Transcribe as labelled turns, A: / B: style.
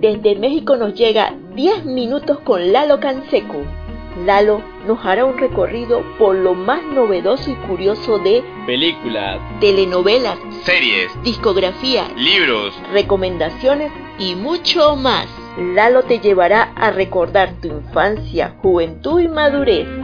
A: desde México nos llega 10 minutos con Lalo Canseco. Lalo nos hará un recorrido por lo más novedoso y curioso de
B: películas,
A: telenovelas,
B: series,
A: discografía,
B: libros,
A: recomendaciones y mucho más. Lalo te llevará a recordar tu infancia, juventud y madurez.